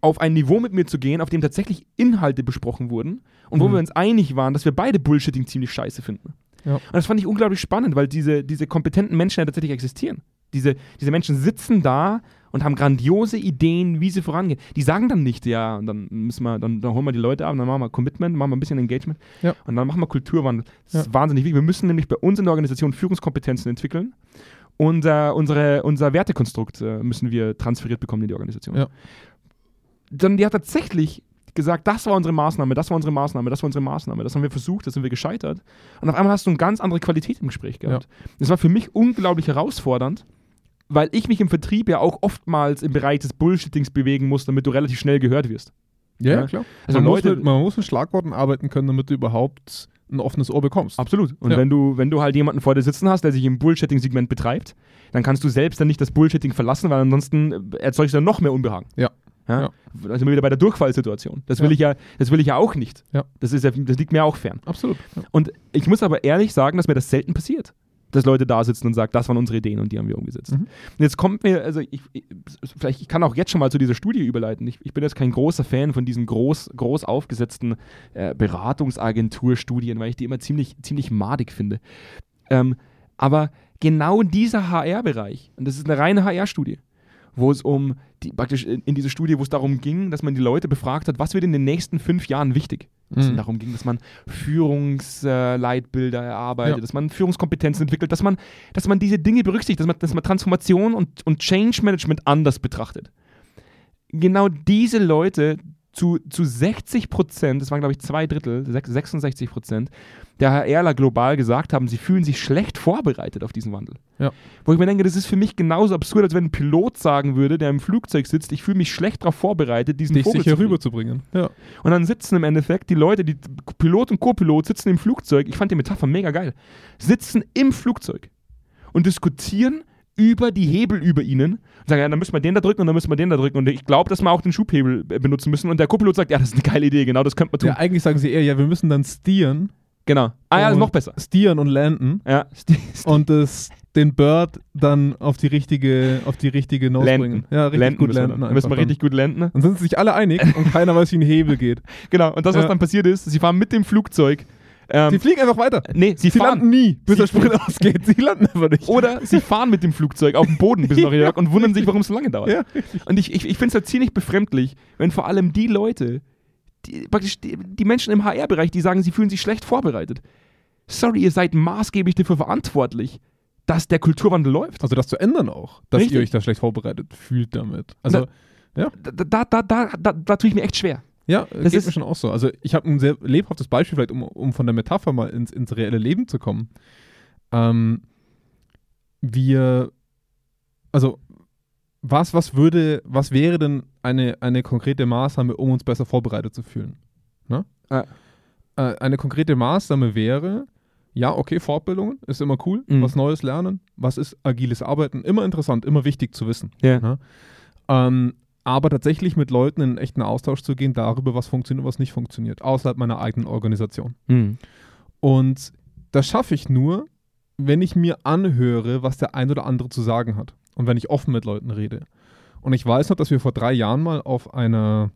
A: auf ein Niveau mit mir zu gehen, auf dem tatsächlich Inhalte besprochen wurden und wo
B: Mhm.
A: wir uns einig waren, dass wir beide Bullshitting ziemlich scheiße finden.
B: Ja.
A: Und das fand ich unglaublich spannend, weil diese, diese kompetenten Menschen ja tatsächlich existieren. Diese, diese Menschen sitzen da und haben grandiose Ideen, wie sie vorangehen. Die sagen dann nicht, ja, und dann müssen wir, dann, dann holen wir die Leute ab, dann machen wir Commitment, machen wir ein bisschen Engagement
B: Ja.
A: und dann machen wir Kulturwandel. Das
B: Ja.
A: ist wahnsinnig wichtig. Wir müssen nämlich bei uns in der Organisation Führungskompetenzen entwickeln und äh, unsere, unser Wertekonstrukt äh, müssen wir transferiert bekommen in die Organisation.
B: Ja.
A: Dann die hat tatsächlich gesagt, das war unsere Maßnahme, das war unsere Maßnahme, das war unsere Maßnahme, das haben wir versucht, das sind wir gescheitert. Und auf einmal hast du eine ganz andere Qualität im Gespräch gehabt. Das war für mich unglaublich herausfordernd, weil ich mich im Vertrieb ja auch oftmals im Bereich des Bullshittings bewegen muss, damit du relativ schnell gehört wirst. Ja.
B: klar.
A: Also
B: man,
A: Leute-
B: muss mit, man muss mit Schlagworten arbeiten können, damit du überhaupt ein offenes Ohr bekommst.
A: Absolut. Und
B: Ja.
A: wenn, du, wenn du halt jemanden vor dir sitzen hast, der sich im Bullshitting-Segment betreibt, dann kannst du selbst dann nicht das Bullshitting verlassen, weil ansonsten äh, erzeugst du dann noch mehr Unbehagen.
B: Ja.
A: Ja?
B: Ja.
A: Da sind wir wieder bei der Durchfallsituation. Das will
B: Ja.
A: ich ja, das will ich ja auch nicht.
B: Ja.
A: Das, ist ja, das liegt mir auch fern.
B: Absolut. Ja. um
A: Und ich muss aber ehrlich sagen, dass mir das selten passiert. Dass Leute da sitzen und sagen, das waren unsere Ideen und die haben wir umgesetzt.
B: Mhm.
A: Und jetzt kommt mir, also ich, ich, vielleicht, ich kann auch jetzt schon mal zu dieser Studie überleiten. Ich, ich bin jetzt kein großer Fan von diesen groß, groß aufgesetzten äh, Beratungsagenturstudien, weil ich die immer ziemlich, ziemlich madig finde. Ähm, aber genau dieser HR-Bereich, und das ist eine reine HR-Studie, wo es um, die, praktisch in, in dieser Studie, wo es darum ging, dass man die Leute befragt hat, was wird in den nächsten fünf Jahren wichtig? Wo Es
B: Mhm.
A: dann darum ging, dass man Führungsleitbilder erarbeitet,
B: Ja.
A: dass man Führungskompetenzen entwickelt, dass man, dass man diese Dinge berücksichtigt, dass man, dass man Transformation und, und Change Management anders betrachtet. Genau diese Leute zu, zu 60 Prozent, das waren glaube ich zwei Drittel, sech- 66 Prozent, der HRler global gesagt haben, sie fühlen sich schlecht vorbereitet auf diesen Wandel.
B: Ja.
A: Wo ich mir denke, das ist für mich genauso absurd, als wenn ein Pilot sagen würde, der im Flugzeug sitzt, ich fühle mich schlecht darauf vorbereitet, diesen
B: Dich
A: Vogel
B: sicher
A: zu fliegen.
B: rüberzubringen. Ja.
A: Und dann sitzen im Endeffekt die Leute, die Pilot und Co-Pilot sitzen im Flugzeug, ich fand die Metapher mega geil, sitzen im Flugzeug und diskutieren über die Hebel über ihnen und sagen, ja, dann müssen wir den da drücken und dann müssen wir den da drücken und ich glaube, dass wir auch den Schubhebel äh, benutzen müssen und der Co-Pilot sagt, ja, das ist eine geile Idee, genau, das könnte man tun.
B: ja, eigentlich sagen sie eher, ja, wir müssen dann steeren,
A: Genau. Ah ja, ist
B: Und-
A: noch besser.
B: steeren und landen
A: Ja,
B: und das, den Bird dann auf die richtige, auf die richtige Nose
A: Landen.
B: bringen. Ja, richtig
A: landen
B: gut
A: müssen wir
B: landen.
A: dann. Da müssen wir
B: einfach
A: richtig gut landen. ne?
B: Dann. dann sind sie sich alle einig und keiner weiß, wie ein Hebel geht.
A: Genau, und das, was
B: Ja.
A: dann passiert ist, sie fahren mit dem Flugzeug. Ähm,
B: Sie fliegen einfach weiter.
A: nee, sie,
B: Sie Oh
A: fahren.
B: landen nie, bis
A: Sie-
B: der Sprint ausgeht. Sie landen einfach nicht.
A: Oder sie fahren mit dem Flugzeug auf dem Boden bis nach New York und wundern sich, warum es so lange dauert.
B: Ja.
A: Und ich, ich, ich finde es halt ziemlich befremdlich, wenn vor allem die Leute, die, praktisch die, die Menschen im HR-Bereich, die sagen, sie fühlen sich schlecht vorbereitet. Sorry, ihr seid maßgeblich dafür verantwortlich, dass der Kulturwandel läuft.
B: Also das zu ändern auch, dass
A: Richtig.
B: ihr euch da schlecht vorbereitet fühlt damit. Also
A: Na- Da, da, da, da, da, da tue ich mir echt schwer.
B: ja, das geht
A: ist-
B: mir schon auch so. Also ich habe ein sehr lebhaftes Beispiel vielleicht, um, um von der Metapher mal ins, ins reelle Leben zu kommen. Ähm, wir, also was, was würde, was wäre denn eine, eine konkrete Maßnahme, um uns besser vorbereitet zu fühlen? Ne?
A: Ja.
B: Äh, eine konkrete Maßnahme wäre, ja, okay, Fortbildungen ist immer cool,
A: Mhm.
B: was Neues lernen, was ist agiles Arbeiten, immer interessant, immer wichtig zu wissen.
A: Ja.
B: Ne? Ähm, aber tatsächlich mit Leuten in einen echten Austausch zu gehen darüber, was funktioniert und was nicht funktioniert, außerhalb meiner eigenen Organisation.
A: Mhm.
B: Und das schaffe ich nur, wenn ich mir anhöre, was der ein oder andere zu sagen hat. Und wenn ich offen mit Leuten rede. Und ich weiß noch, dass wir vor drei Jahren mal auf einer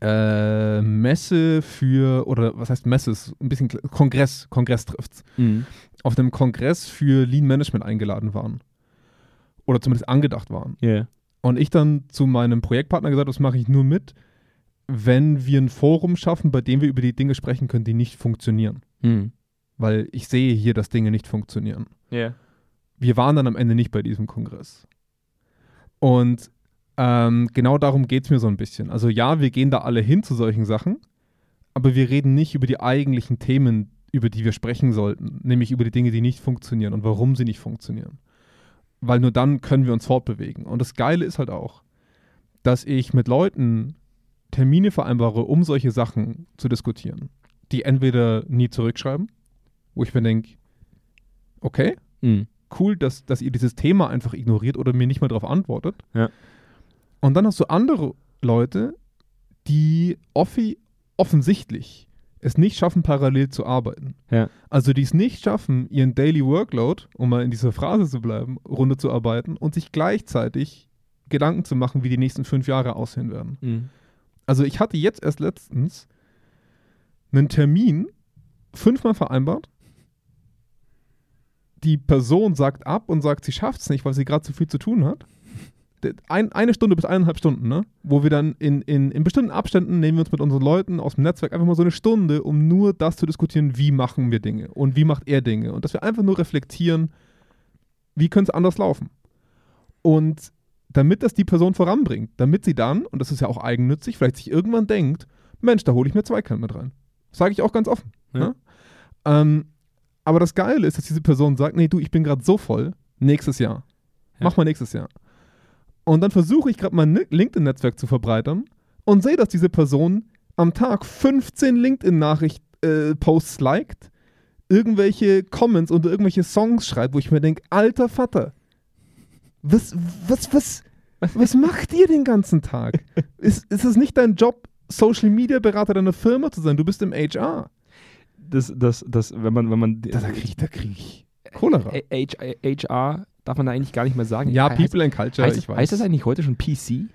B: äh, Messe für, oder was heißt Messe? Ist Ein bisschen kle- Kongress, Kongress trifft's.
A: Mhm.
B: Auf einem Kongress für Lean Management eingeladen waren. Oder zumindest angedacht waren.
A: Ja.
B: Und ich dann zu meinem Projektpartner gesagt, das mache ich nur mit, wenn wir ein Forum schaffen, bei dem wir über die Dinge sprechen können,
A: Mhm.
B: die nicht funktionieren. Weil ich sehe hier, dass Dinge nicht funktionieren.
A: Ja.
B: wir waren dann am Ende nicht bei diesem Kongress. Und ähm, genau darum geht es mir so ein bisschen. Also ja, wir gehen da alle hin zu solchen Sachen, aber wir reden nicht über die eigentlichen Themen, über die wir sprechen sollten, nämlich über die Dinge, die nicht funktionieren und warum sie nicht funktionieren. Weil nur dann können wir uns fortbewegen. Und das Geile ist halt auch, dass ich mit Leuten Termine vereinbare, um solche Sachen zu diskutieren, die entweder nie zurückschreiben, wo ich mir denke, okay,
A: Mhm.
B: cool, dass, dass ihr dieses Thema einfach ignoriert oder mir nicht mal darauf antwortet.
A: Ja.
B: Und dann hast du andere Leute, die offi offensichtlich es nicht schaffen, parallel zu arbeiten.
A: Ja.
B: Also die es nicht schaffen, ihren Daily Workload, um mal in dieser Phrase zu bleiben, runde zu arbeiten und sich gleichzeitig Gedanken zu machen, wie die nächsten fünf Jahre aussehen werden.
A: Mhm.
B: Also ich hatte jetzt erst letztens einen Termin fünfmal vereinbart. Die Person sagt ab und sagt, sie schafft es nicht, weil sie gerade zu viel zu tun hat. D- Ein, eine Stunde bis eineinhalb Stunden, ne? Wo wir dann in, in, in bestimmten Abständen nehmen wir uns mit unseren Leuten aus dem Netzwerk einfach mal so eine Stunde, um nur das zu diskutieren, wie machen wir Dinge und wie macht er Dinge. Und dass wir einfach nur reflektieren, wie könnte es anders laufen. Und damit das die Person voranbringt, damit sie dann, und das ist ja auch eigennützig, vielleicht sich irgendwann denkt, Mensch, da hole ich mir Zweikern mit rein. Sage ich auch ganz offen.
A: Ja.
B: Ne? Ähm, aber das Geile ist, dass diese Person sagt, nee, du, ich bin gerade so voll, nächstes Jahr.
A: Ja.
B: Mach mal nächstes Jahr. Und dann versuche ich gerade mein Ni- LinkedIn-Netzwerk zu verbreitern und sehe, dass diese Person am Tag 15 LinkedIn-Nachricht-Posts liked, irgendwelche Comments unter irgendwelche Songs schreibt, wo ich mir denke, alter Vater, was, was, was, was macht ihr den ganzen Tag? Ist, ist es nicht dein Job, Social Media Berater deiner Firma zu sein? Du bist im HR.
A: Das, das, das, wenn man, wenn man
B: ich, da krieg ich Cholera.
A: Ä- H- HR darf man da eigentlich gar nicht mehr sagen.
B: Ja,
A: He-
B: People and Culture,
A: heißt,
B: ich
A: das,
B: weiß.
A: heißt das eigentlich heute schon PC?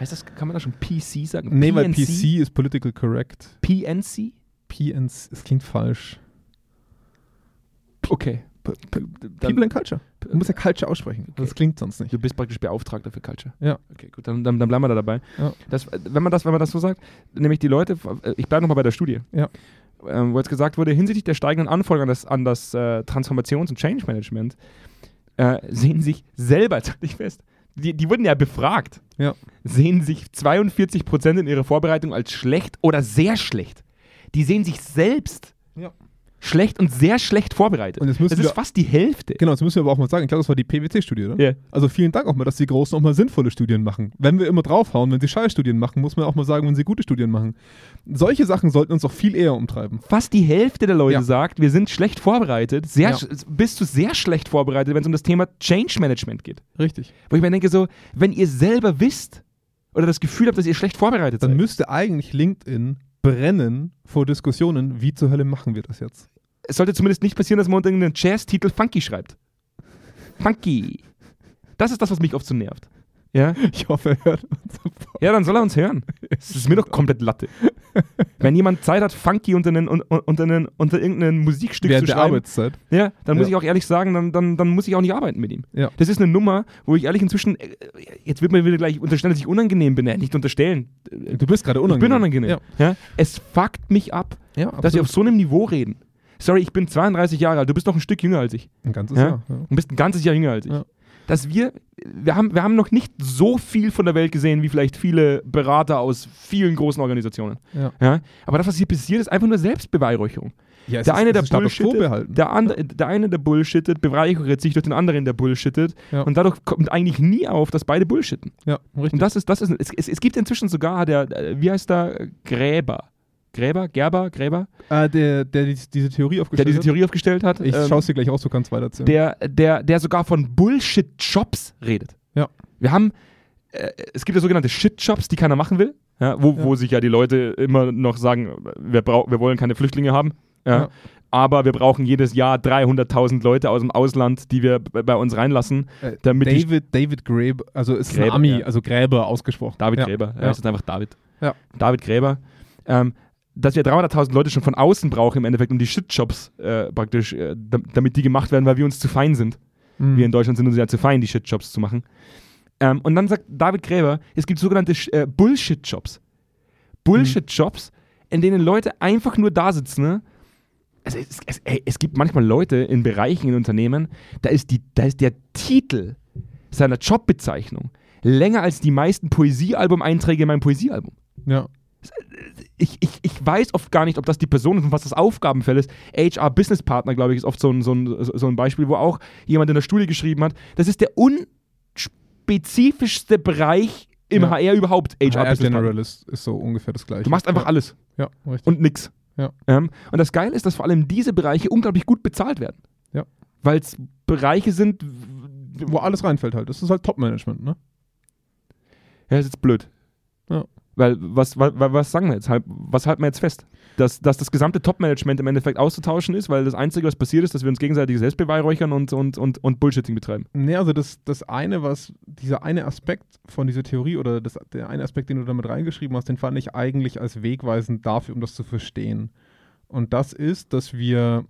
A: Heißt das, kann man da schon PC sagen?
B: nee, weil PC ist political correct.
A: PNC?
B: PNC, es klingt falsch.
A: Okay. P- p-
B: People
A: Dann,
B: and Culture. Du musst ja Culture aussprechen. Das klingt sonst nicht.
A: du bist praktisch Beauftragter für Culture.
B: Ja.
A: Okay, gut, dann, dann, dann bleiben wir da dabei.
B: Ja.
A: Das, äh, wenn, man das, wenn man das so sagt, nämlich die Leute, äh, ich bleibe nochmal bei der Studie,
B: Ja.
A: ähm, wo jetzt gesagt wurde, hinsichtlich der steigenden Anforderungen an das, an das äh, Transformations- und Change-Management äh, sehen sich selber, jetzt halte ich fest, die, die wurden ja befragt,
B: Ja.
A: sehen sich 42 Prozent in ihrer Vorbereitung als schlecht oder sehr schlecht. Die sehen sich selbst
B: Ja.
A: schlecht und sehr schlecht vorbereitet.
B: Und jetzt müssen
A: das ist
B: wir,
A: fast die Hälfte.
B: genau, das müssen wir aber auch mal sagen. Ich glaube, das war die PwC-Studie, oder?
A: Ja.
B: Also vielen Dank auch mal, dass die Großen auch mal sinnvolle Studien machen. Wenn wir immer draufhauen, wenn sie Scheißstudien machen, muss man auch mal sagen, wenn sie gute Studien machen. Solche Sachen sollten uns doch viel eher umtreiben.
A: fast die Hälfte der Leute
B: Ja.
A: sagt, wir sind schlecht vorbereitet, sehr
B: Ja.
A: sch- bis zu sehr schlecht vorbereitet, wenn es um das Thema Change Management geht.
B: Richtig.
A: Wo ich mir denke, so, wenn ihr selber wisst oder das Gefühl habt, dass ihr schlecht vorbereitet
B: Dann
A: seid,
B: müsste eigentlich LinkedIn brennen vor Diskussionen, wie zur Hölle machen wir das jetzt?
A: es sollte zumindest nicht passieren, dass man unter irgendeinem Jazz-Titel Funky schreibt. Funky. Das ist das, was mich oft so nervt. Ja,
B: Ich hoffe, er hört uns.
A: ja dann soll er uns hören. Es ist mir doch komplett Latte. Wenn jemand Zeit hat, Funky unter, einen, un- unter, einen, unter irgendein Musikstück zu
B: Während der
A: schreiben,
B: Arbeitszeit.
A: Ja, dann muss
B: Ja.
A: ich auch ehrlich sagen, dann, dann, dann muss ich auch nicht arbeiten mit ihm.
B: Ja.
A: Das ist eine Nummer, wo ich ehrlich inzwischen, äh, jetzt wird mir wieder gleich unterstellen, dass ich unangenehm bin. Äh, Nicht unterstellen. Äh,
B: Du bist gerade
A: Ich
B: unangenehm.
A: bin unangenehm. Ja. Es fuckt mich ab,
B: Ja, ja
A: dass wir auf
B: absolut.
A: so einem Niveau reden. Sorry, ich bin 32 Jahre alt, du bist noch ein Stück jünger als ich.
B: Ein ganzes
A: Ja?
B: Jahr. Ja.
A: Du bist ein ganzes Jahr jünger als ich.
B: Ja.
A: Dass wir, wir haben, wir haben noch nicht so viel von der Welt gesehen, wie vielleicht viele Berater aus vielen großen Organisationen.
B: Ja.
A: Aber das, was hier passiert, ist einfach nur Selbstbeweihräuchung.
B: Ja, es
A: Der
B: ist-
A: eine,
B: es
A: der
B: ist Status quo
A: bullshittet,
B: behalten.
A: Der, andere, der eine, der bullshittet, bereichert sich durch den anderen, der bullshittet.
B: Ja.
A: Und dadurch kommt eigentlich nie auf, dass beide bullshitten.
B: ja, richtig.
A: Und das ist, das ist, es, es, es gibt inzwischen sogar der, äh, wie heißt der, Gräber. Gräber, Gerber, Gräber,
B: äh, der, der die, diese Theorie
A: der
B: aufgestellt
A: diese Theorie aufgestellt hat,
B: hat. Ich
A: ähm,
B: schaue es dir gleich aus, du kannst weiterzählen.
A: der, der, der sogar von Bullshit-Jobs redet.
B: Ja.
A: Wir haben, äh, es gibt ja sogenannte Shit-Jobs, die keiner machen will, ja, wo,
B: Ja.
A: wo sich ja die Leute immer noch sagen, wir, brau- wir wollen keine Flüchtlinge haben. Ja.
B: Ja.
A: Aber wir brauchen jedes Jahr 300.000 Leute aus dem Ausland, die wir b- bei uns reinlassen.
B: Äh,
A: damit die-
B: David, David Graeber, also ist
A: Graeber,
B: ein Ami,
A: ja.
B: also Gräber ausgesprochen.
A: David
B: ja.
A: Gräber. Er
B: Ja.
A: heißt jetzt einfach David.
B: Ja.
A: David Gräber. Ähm, dass wir 300.000 Leute schon von außen brauchen im Endeffekt, um die Shitjobs äh, praktisch, äh, dam- damit die gemacht werden, weil wir uns zu fein sind.
B: Mhm.
A: Wir in Deutschland sind uns ja zu fein, die Shitjobs zu machen. Ähm, und dann sagt David Gräber, es gibt sogenannte Sch- äh, Bullshit-Jobs. Bullshit-Jobs, in denen Leute einfach nur da sitzen ne, es, es, es, ey, es gibt manchmal Leute in Bereichen in Unternehmen, da ist, die, da ist der Titel seiner Jobbezeichnung länger als die meisten Poesiealbum-Einträge in meinem Poesiealbum.
B: Ja.
A: Ich, ich, ich weiß oft gar nicht, ob das die Person ist und was das Aufgabenfeld ist. HR-Business-Partner, glaube ich, ist oft so ein, so, ein, so ein Beispiel, wo auch jemand in der Studie geschrieben hat, das ist der unspezifischste Bereich im
B: Ja.
A: HR überhaupt,
B: HR
A: HR-Business-Partner.
B: Generalist ist so ungefähr das gleiche.
A: Du machst einfach
B: ja.
A: alles
B: Ja, richtig.
A: und nix.
B: Ja.
A: Ähm, und das Geile ist, dass vor allem diese Bereiche unglaublich gut bezahlt werden.
B: Ja.
A: Weil es Bereiche sind,
B: wo alles reinfällt halt. Das ist halt Top-Management, ne?
A: ja, ist jetzt blöd.
B: Ja.
A: Weil, was, was, was sagen wir jetzt? Halb- Was halten wir jetzt fest? Dass, dass das gesamte Top-Management im Endeffekt auszutauschen ist, weil das Einzige, was passiert ist, dass wir uns gegenseitig selbst beweihräuchern und, und, und, und Bullshitting betreiben.
B: Nee, also das, das eine, was, dieser eine Aspekt von dieser Theorie oder das, der eine Aspekt, den du damit reingeschrieben hast, den fand ich eigentlich als wegweisend dafür, um das zu verstehen. Und das ist, dass wir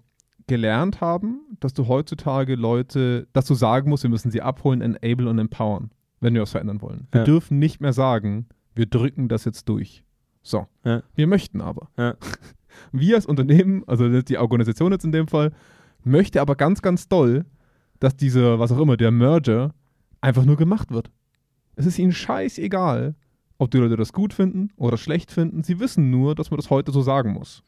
B: gelernt haben, dass du heutzutage Leute, dass du sagen musst, wir müssen sie abholen, enablen und empowern, wenn wir was verändern wollen. Wir
A: Ja.
B: dürfen nicht mehr sagen, wir drücken das jetzt durch. So.
A: Ja.
B: Wir möchten aber.
A: Ja.
B: Wir als Unternehmen, also die Organisation jetzt in dem Fall, möchte aber ganz, ganz doll, dass diese, was auch immer, der Merger einfach nur gemacht wird. Es ist ihnen scheißegal, ob die Leute das gut finden oder schlecht finden. Sie wissen nur, dass man das heute so sagen muss.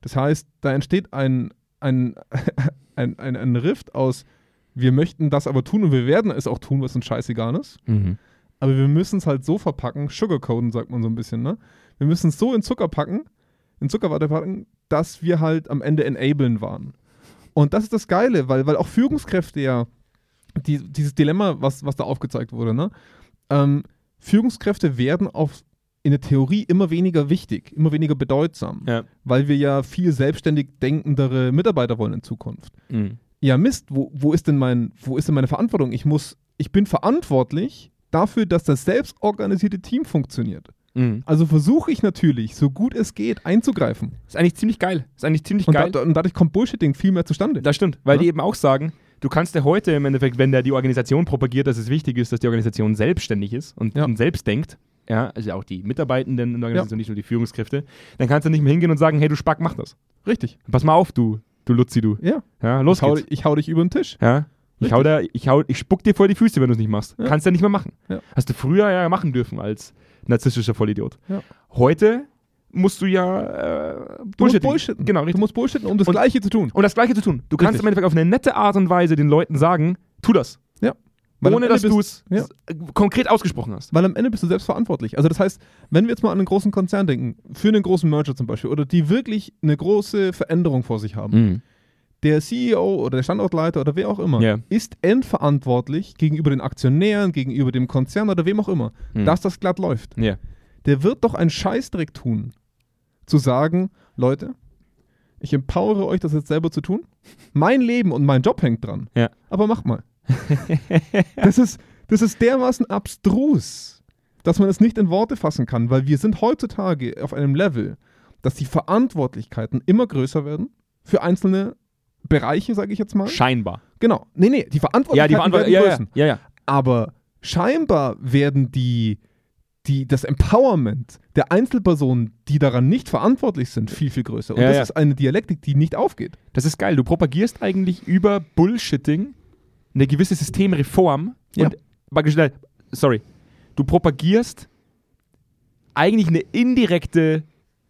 B: Das heißt, da entsteht ein, ein, ein, ein, ein Rift aus, wir möchten das aber tun und wir werden es auch tun, was uns scheißegal ist. Aber wir müssen es halt so verpacken, sugarcoaten, sagt man so ein bisschen, ne? Wir müssen es so in Zucker packen, in Zuckerwatte packen, dass wir halt am Ende enablen waren. Und das ist das Geile, weil, weil auch Führungskräfte ja die, dieses Dilemma, was, was da aufgezeigt wurde, ne? Ähm, Führungskräfte werden auf, in der Theorie immer weniger wichtig, immer weniger bedeutsam,
A: Ja.
B: weil wir ja viel selbstständig denkendere Mitarbeiter wollen in Zukunft ja Mist, wo, wo, ist denn mein, wo ist denn meine Verantwortung? Ich muss, ich bin verantwortlich dafür, dass das selbstorganisierte Team funktioniert.
A: Mhm.
B: Also versuche ich natürlich, so gut es geht, einzugreifen.
A: Ist eigentlich ziemlich geil. Ist eigentlich ziemlich
B: Und,
A: geil.
B: da, und dadurch kommt Bullshitting viel mehr zustande.
A: Das stimmt, weil
B: Ja.
A: die eben auch sagen, du kannst ja heute im Endeffekt, wenn der die Organisation propagiert, dass es wichtig ist, dass die Organisation selbstständig ist und,
B: Ja.
A: und selbst denkt, ja, also auch die Mitarbeitenden in der Organisation, nicht nur die Führungskräfte, dann kannst du nicht mehr hingehen und sagen, hey, du Spack, mach das.
B: Richtig.
A: Pass mal auf, du, du Luzi, du.
B: Ja.
A: Ja, los
B: Ich hau,
A: geht's.
B: dich- ich hau dich über den Tisch.
A: Ja. Ich,
B: Richtig.
A: hau da, ich, hau, ich spuck dir vor die Füße, wenn du es nicht machst.
B: Ja.
A: Kannst du ja nicht mehr machen.
B: Ja.
A: Hast du früher ja machen dürfen als narzisstischer Vollidiot.
B: Ja.
A: Heute musst du ja äh,
B: Du musst
A: bullshitten.
B: bullshitten.
A: Genau,
B: Du
A: richtig.
B: musst bullshitten, um das
A: Und-
B: Gleiche zu tun.
A: Und das Gleiche zu tun. Du kannst
B: Richtig.
A: im Endeffekt auf eine nette Art und Weise den Leuten sagen, tu das.
B: Weil am
A: ohne
B: Ende
A: dass
B: bist-
A: du es
B: ja.
A: konkret ausgesprochen hast.
B: Weil am Ende bist du selbst verantwortlich. Also das heißt, wenn wir jetzt mal an einen großen Konzern denken, für einen großen Merger zum Beispiel, oder die wirklich eine große Veränderung vor sich haben, der CEO oder der Standortleiter oder wer auch immer
A: Ja.
B: ist endverantwortlich gegenüber den Aktionären, gegenüber dem Konzern oder wem auch immer,
A: Mhm.
B: dass das glatt läuft.
A: Ja.
B: Der wird doch einen Scheißdreck tun, zu sagen, Leute, ich empowere euch, das jetzt selber zu tun. Mein Leben und mein Job hängt dran.
A: Ja.
B: Aber macht mal. das, ist, das ist dermaßen abstrus, dass man es nicht in Worte fassen kann, weil wir sind heutzutage auf einem Level, dass die Verantwortlichkeiten immer größer werden für einzelne Bereiche, sage ich jetzt mal.
A: Scheinbar.
B: Genau. Nee, nee, die Verantwortlichkeiten
A: Ja, die Verantwortung.
B: werden
A: Ja, ja,
B: größer.
A: ja, ja.
B: Aber scheinbar werden die, die, das Empowerment der Einzelpersonen, die daran nicht verantwortlich sind, viel, viel größer. Und
A: Ja,
B: das
A: ja.
B: ist eine Dialektik, die nicht aufgeht.
A: Das ist geil. Du propagierst eigentlich über Bullshitting eine gewisse Systemreform.
B: Ja.
A: Und, praktisch, nein, sorry. Du propagierst eigentlich eine indirekte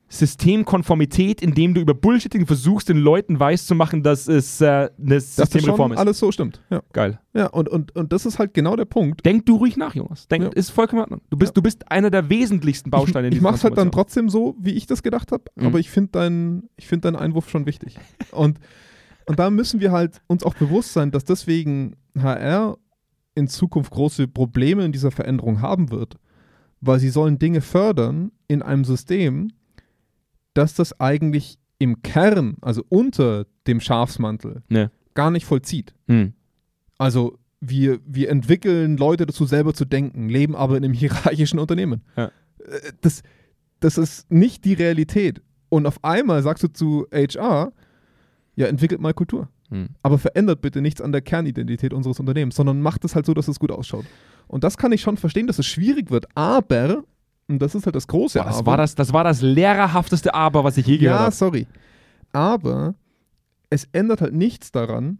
A: Systemkonformität, indem du über Bullshitting versuchst, den Leuten weiszumachen, dass es äh, eine
B: Dass das schon
A: Systemreform ist.
B: alles so stimmt. Ja,
A: Geil.
B: ja und, und, und das ist halt genau der Punkt.
A: Denk du ruhig nach, Jonas. Denk,
B: Ja.
A: ist vollkommen in Ordnung. Du bist, du bist einer der wesentlichsten Bausteine
B: ich, ich
A: dieser
B: mache es halt dann
A: Transformation.
B: trotzdem so, wie ich das gedacht habe,
A: Mhm.
B: aber ich finde deinen find deinen Einwurf schon wichtig. Und, und da müssen wir halt uns auch bewusst sein, dass deswegen HR in Zukunft große Probleme in dieser Veränderung haben wird, weil sie sollen Dinge fördern in einem System, dass das eigentlich im Kern, also unter dem Schafsmantel,
A: Ja.
B: gar nicht vollzieht.
A: Mhm.
B: Also wir, wir entwickeln Leute dazu, selber zu denken, leben aber in einem hierarchischen Unternehmen.
A: Ja.
B: Äh, Das, das ist nicht die Realität. Und auf einmal sagst du zu HR, ja, entwickelt mal Kultur.
A: Mhm.
B: Aber verändert bitte nichts an der Kernidentität unseres Unternehmens, sondern macht es halt so, dass es gut ausschaut. Und das kann ich schon verstehen, dass es schwierig wird. Aber, und das ist halt das große
A: Boah, das,
B: Aber.
A: war das, das war das lehrerhafteste Aber, was ich je gehört
B: ja,
A: habe.
B: sorry. Aber es ändert halt nichts daran,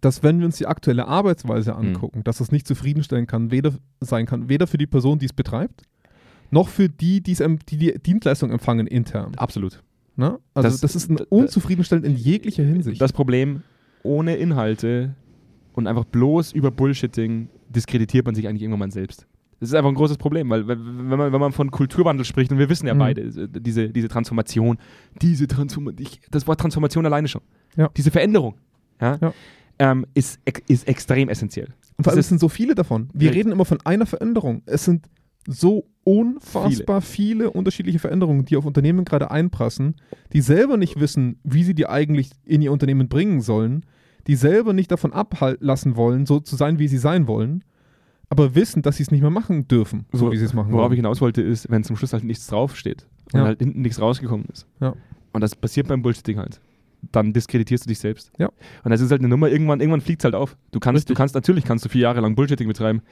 B: dass wenn wir uns die aktuelle Arbeitsweise
A: Hm.
B: angucken, dass das nicht zufriedenstellend kann, weder sein kann, weder für die Person, die es betreibt, noch für die, die's, em- die die Dienstleistung empfangen intern.
A: Absolut.
B: Ne? Also
A: Das-
B: das, ist ein
A: d- d-
B: unzufriedenstellend in jeglicher Hinsicht.
A: Das Problem, ohne Inhalte und einfach bloß über Bullshitting diskreditiert man sich eigentlich irgendwann mal selbst. Das ist einfach ein großes Problem, weil wenn wenn man, wenn man von Kulturwandel spricht, und wir wissen ja
B: Mhm.
A: beide, äh, diese, diese Transformation, diese Transformation, das Wort Transformation alleine schon,
B: Ja.
A: diese Veränderung, ja,
B: Ja.
A: Ähm, ist, ex- ist extrem essentiell.
B: Und vor
A: Das
B: allem,
A: ist-
B: es sind so viele davon. Wir
A: Richtig.
B: reden immer von einer Veränderung. Es sind so unfassbar viele. unterschiedliche Veränderungen, die auf Unternehmen gerade einprassen, die selber nicht wissen, wie sie die eigentlich in ihr Unternehmen bringen sollen, die selber nicht davon abhalten lassen wollen, so zu sein, wie sie sein wollen, aber wissen, dass sie es nicht mehr machen dürfen, so
A: Wo-
B: wie sie es machen
A: Worauf ich
B: wollen.
A: hinaus wollte, ist, wenn zum Schluss halt nichts draufsteht und
B: Ja.
A: halt hinten nichts rausgekommen ist.
B: Ja.
A: Und das passiert beim Bullshitting halt. Dann diskreditierst du dich selbst.
B: Ja.
A: Und das ist halt eine Nummer, irgendwann, irgendwann fliegt es halt auf. Du kannst, du kannst, natürlich kannst du vier Jahre lang Bullshitting betreiben,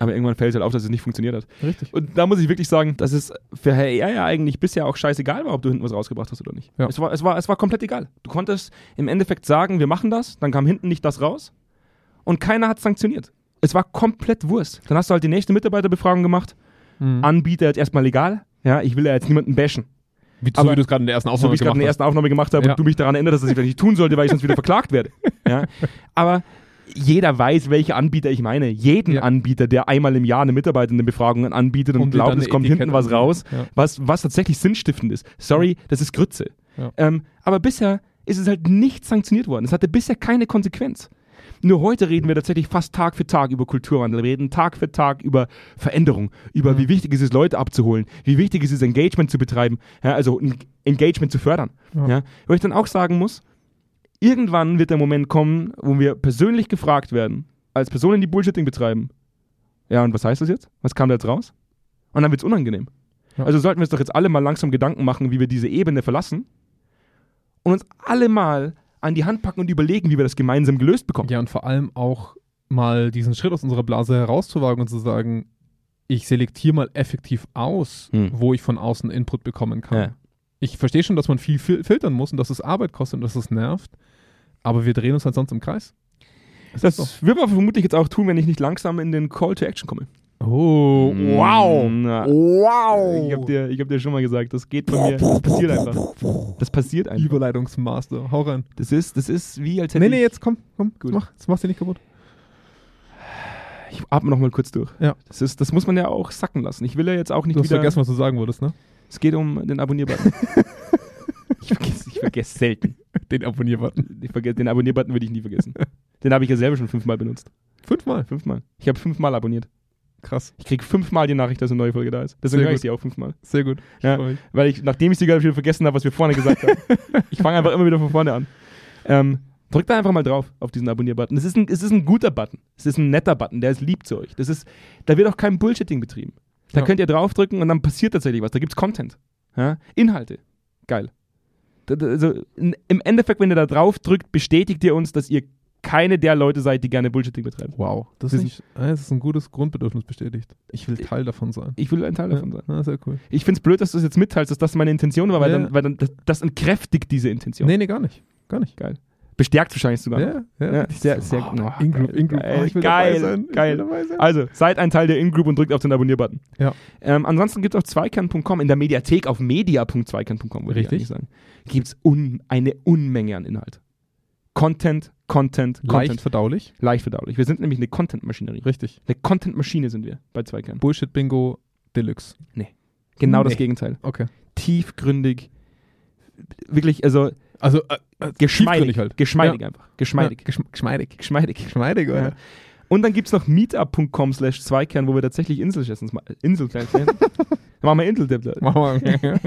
A: aber irgendwann fällt es halt auf, dass es nicht funktioniert hat.
B: Richtig.
A: Und da muss ich wirklich sagen, dass es für Herr R ja eigentlich bisher auch scheißegal war, ob du hinten was rausgebracht hast oder nicht.
B: Ja.
A: Es, war, es, war, es war komplett egal. Du konntest im Endeffekt sagen, wir machen das, dann kam hinten nicht das raus und keiner hat sanktioniert. Es war komplett Wurst. Dann hast du halt die nächste Mitarbeiterbefragung gemacht
B: Mhm.
A: Anbieter jetzt erstmal legal. Ja, ich will ja jetzt niemanden bashen.
B: Wie,
A: aber-
B: du es gerade in der ersten
A: So wie ich gerade in der ersten Aufnahme gemacht habe
B: Ja.
A: und du mich daran erinnerst, dass ich das nicht tun sollte, weil ich sonst wieder verklagt werde. Ja? Aber jeder weiß, welche Anbieter ich meine. Jeden
B: Ja.
A: Anbieter, der einmal im Jahr eine Mitarbeitendenbefragung anbietet und
B: Um dir
A: glaubt,
B: dann
A: es
B: eine
A: kommt
B: Etikette
A: hinten was
B: anzuhängen.
A: raus,
B: Ja.
A: was, was tatsächlich sinnstiftend ist. Sorry, das ist Grütze.
B: Ja.
A: Ähm, aber bisher ist es halt nicht sanktioniert worden. Es hatte bisher keine Konsequenz. Nur heute reden wir tatsächlich fast Tag für Tag über Kulturwandel, wir reden Tag für Tag über Veränderung, über wie wichtig es ist, Leute abzuholen, wie wichtig es ist, Engagement zu betreiben, ja, also ein Engagement zu fördern. Ja.
B: Ja.
A: Wo ich dann auch sagen muss, irgendwann wird der Moment kommen, wo wir persönlich gefragt werden, als Personen, die Bullshitting betreiben, ja, und was heißt das jetzt? Was kam da jetzt raus? Und dann wird es unangenehm.
B: Ja.
A: Also sollten wir uns doch jetzt alle mal langsam Gedanken machen, wie wir diese Ebene verlassen und uns alle mal an die Hand packen und überlegen, wie wir das gemeinsam gelöst bekommen.
B: Ja, und vor allem auch mal diesen Schritt aus unserer Blase herauszuwagen und zu sagen, ich selektiere mal effektiv aus,
A: Hm.
B: wo ich von außen Input bekommen kann.
A: Ja.
B: Ich verstehe schon, dass man viel fil filtern muss und dass es Arbeit kostet und dass es nervt, aber wir drehen uns halt sonst im Kreis. Es
A: Das
B: ist so.
A: wird man vermutlich jetzt auch tun, wenn ich nicht langsam in den Call to Action komme.
B: Oh, wow.
A: Na,
B: Wow.
A: ich habe dir, ich hab dir schon mal gesagt, das geht bei mir. Das passiert einfach. Das passiert einfach.
B: Überleitungsmaster. Hau rein.
A: Das ist, das ist wie als hätte
B: Nee, nee,
A: ich,
B: jetzt komm, komm,
A: Gut.
B: mach, jetzt machst du nicht kaputt.
A: ich atme noch mal kurz durch.
B: Ja.
A: Das, ist, das muss man ja auch sacken lassen. Ich will ja jetzt auch nicht
B: Du hast
A: wieder...
B: vergessen, was du sagen wolltest, ne?
A: Es geht um den Abonnier-Button. ich vergesse ich vergess selten.
B: Den Abonnier-Button.
A: Ich vergess, den Abonnier-Button würde ich nie vergessen. Den habe ich ja selber schon fünfmal benutzt.
B: Fünfmal.
A: Fünfmal. Ich habe fünfmal abonniert.
B: Krass.
A: Ich kriege fünfmal die Nachricht, dass eine neue Folge da ist. Deswegen
B: Sehr
A: höre ich
B: gut.
A: sie auch fünfmal.
B: Sehr gut. Ich
A: Ja.
B: freu mich.
A: Weil ich, nachdem ich sie gerade wieder vergessen habe, was wir vorne gesagt haben. ich fange einfach immer wieder von vorne an. Ähm, drückt da einfach mal drauf auf diesen Abonnier-Button. Es, ist ein- es ist ein guter Button. Es ist ein netter Button. Der ist lieb zu euch. Das ist, da wird auch kein Bullshitting betrieben. Da
B: Ja.
A: könnt ihr draufdrücken und dann passiert tatsächlich was. Da gibt's Content. Ja? Inhalte. Geil. Da, da, also, n- Im Endeffekt, wenn ihr da drauf drückt, bestätigt ihr uns, dass ihr keine der Leute seid, die gerne Bullshitting betreiben.
B: Wow, das
A: ist
B: ist, nicht, ah, das ist ein gutes Grundbedürfnis bestätigt. Ich will Teil davon sein.
A: Ich will ein Äh, Teil davon sein.
B: Ja, Ah, sehr cool.
A: Ich find's blöd, dass du es jetzt mitteilst, dass das meine Intention war, weil,
B: Ja.
A: dann, weil dann das, das entkräftigt diese Intention.
B: Nee, nee, gar nicht. Gar nicht.
A: Bestärkt wahrscheinlich sogar. noch.
B: Ja, ja.
A: Ja, sehr, sehr
B: Oh,
A: genau.
B: Ingroup, Ingroup.
A: Geil,
B: Oh, ich will
A: geil,
B: dabei sein. Ich will
A: geil.
B: dabei sein.
A: Also, seid ein Teil der In-Group und drückt auf den Abonnier-Button.
B: Ja.
A: Ähm, ansonsten gibt es auf zweikern.com, in der Mediathek auf media.zweikern.com, würde ich
B: Richtig.
A: eigentlich sagen, gibt es un eine Unmenge an Inhalt. Content, Content,
B: Leicht
A: Content.
B: verdaulich.
A: Leicht verdaulich. Wir sind nämlich eine Content-Maschinerie.
B: Richtig.
A: Eine Content-Maschine sind wir bei Zweikern.
B: Bullshit Bingo Deluxe.
A: Genau das
B: Nee.
A: Gegenteil.
B: Okay.
A: Tiefgründig, wirklich, also
B: Also, äh, äh,
A: geschmeidig.
B: tiefgründig halt.
A: Geschmeidig einfach. Geschmeidig.
B: Ja, geschm- geschmeidig.
A: Geschmeidig.
B: Geschmeidig, oder?
A: Ja. Und dann gibt es noch meetup.com slash zweikern, wo wir tatsächlich Inselchessens ma- Inselchessens machen. machen wir Inseltipp, Leute.
B: Machen wir.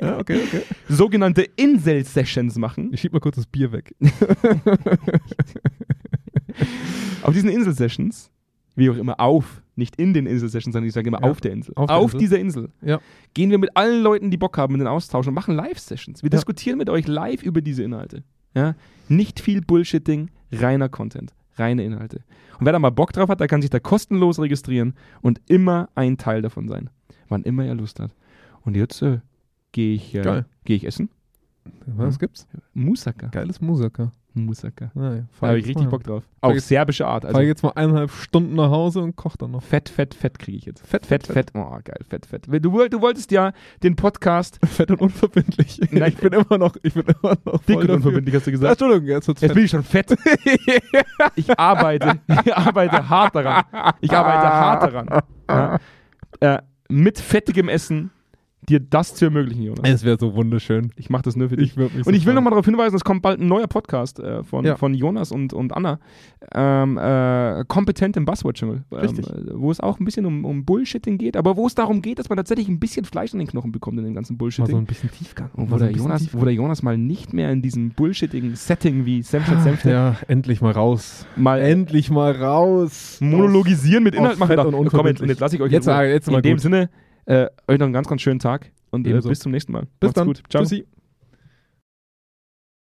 B: ja, okay, okay.
A: sogenannte Insel-Sessions machen.
B: Ich schieb mal kurz das Bier weg.
A: Auf diesen Insel-Sessions, wie auch immer, auf, nicht in den Insel-Sessions, sondern ich sage immer
B: Ja,
A: auf der Insel.
B: auf
A: Auf,
B: der Insel.
A: dieser Insel.
B: Ja.
A: Gehen wir mit allen Leuten, die Bock haben, in den Austausch und machen Live-Sessions. Wir
B: Ja.
A: diskutieren mit euch live über diese Inhalte. Ja? Nicht viel Bullshitting, reiner Content, reine Inhalte. Und wer da mal Bock drauf hat, der kann sich da kostenlos registrieren und immer ein Teil davon sein. Wann immer er Lust hat. Und jetzt äh, gehe ich, äh,
B: Geil.
A: geh ich essen.
B: Was gibt's?
A: Musaka.
B: Geiles Musiker.
A: Musaka.
B: Naja,
A: Da
B: fahr
A: habe ich
B: jetzt
A: richtig
B: mal.
A: Bock drauf.
B: Fahr
A: Auf
B: jetzt-
A: serbische Art.
B: fahr
A: Also
B: jetzt mal eineinhalb Stunden nach Hause und koch dann noch.
A: fett, fett, fett kriege ich jetzt.
B: Fett,
A: Fett, fett. Oh, geil. Fett, fett. Du, woll- du wolltest ja den Podcast
B: Fett und unverbindlich.
A: Nein.
B: ich bin immer noch, ich bin immer noch
A: dick
B: voll
A: und
B: dafür.
A: unverbindlich, hast du
B: Ah,
A: gesagt.
B: Entschuldigung, jetzt wird's
A: Jetzt
B: fett.
A: bin ich schon fett. Ich arbeite, ich arbeite hart daran. Ich arbeite hart daran. Ja. Äh, mit fettigem Essen dir das zu ermöglichen, Jonas.
B: Es wäre so wunderschön.
A: Also Ich mache das nur für dich.
B: Ich würd mich
A: Und
B: so
A: ich will
B: freuen.
A: nochmal darauf hinweisen, es kommt bald ein neuer Podcast äh, von,
B: Ja.
A: von Jonas und, und Anna. Ähm, äh, kompetent im Buzzword-Dschungel. Ähm,
B: Richtig.
A: äh, Wo es auch ein bisschen um, um Bullshitting geht, aber wo es darum geht, dass man tatsächlich ein bisschen Fleisch an den Knochen bekommt in dem ganzen
B: mal so
A: Bullshitting.
B: ein bisschen Tiefgang.
A: und wo
B: Mal so
A: der,
B: ein bisschen
A: Jonas,
B: Tiefgang.
A: wo der Jonas mal nicht mehr in diesem bullshittigen Setting wie
B: Ah,
A: Senfstadt Senfte
B: Ja, endlich mal raus.
A: mal
B: Endlich mal raus.
A: monologisieren mit
B: Auf
A: Inhalt machen
B: Fett
A: darf.
B: und
A: Komm, jetzt,
B: unverbindlich.
A: jetzt lasse ich euch
B: Jetzt
A: in, Ruhe.
B: sag- jetzt
A: in
B: mal
A: dem
B: gut.
A: Sinne, äh, euch noch einen ganz, ganz schönen Tag und äh,
B: Ebenso.
A: bis zum nächsten Mal.
B: Bis dann.
A: gut. Ciao.
B: Tschüssi.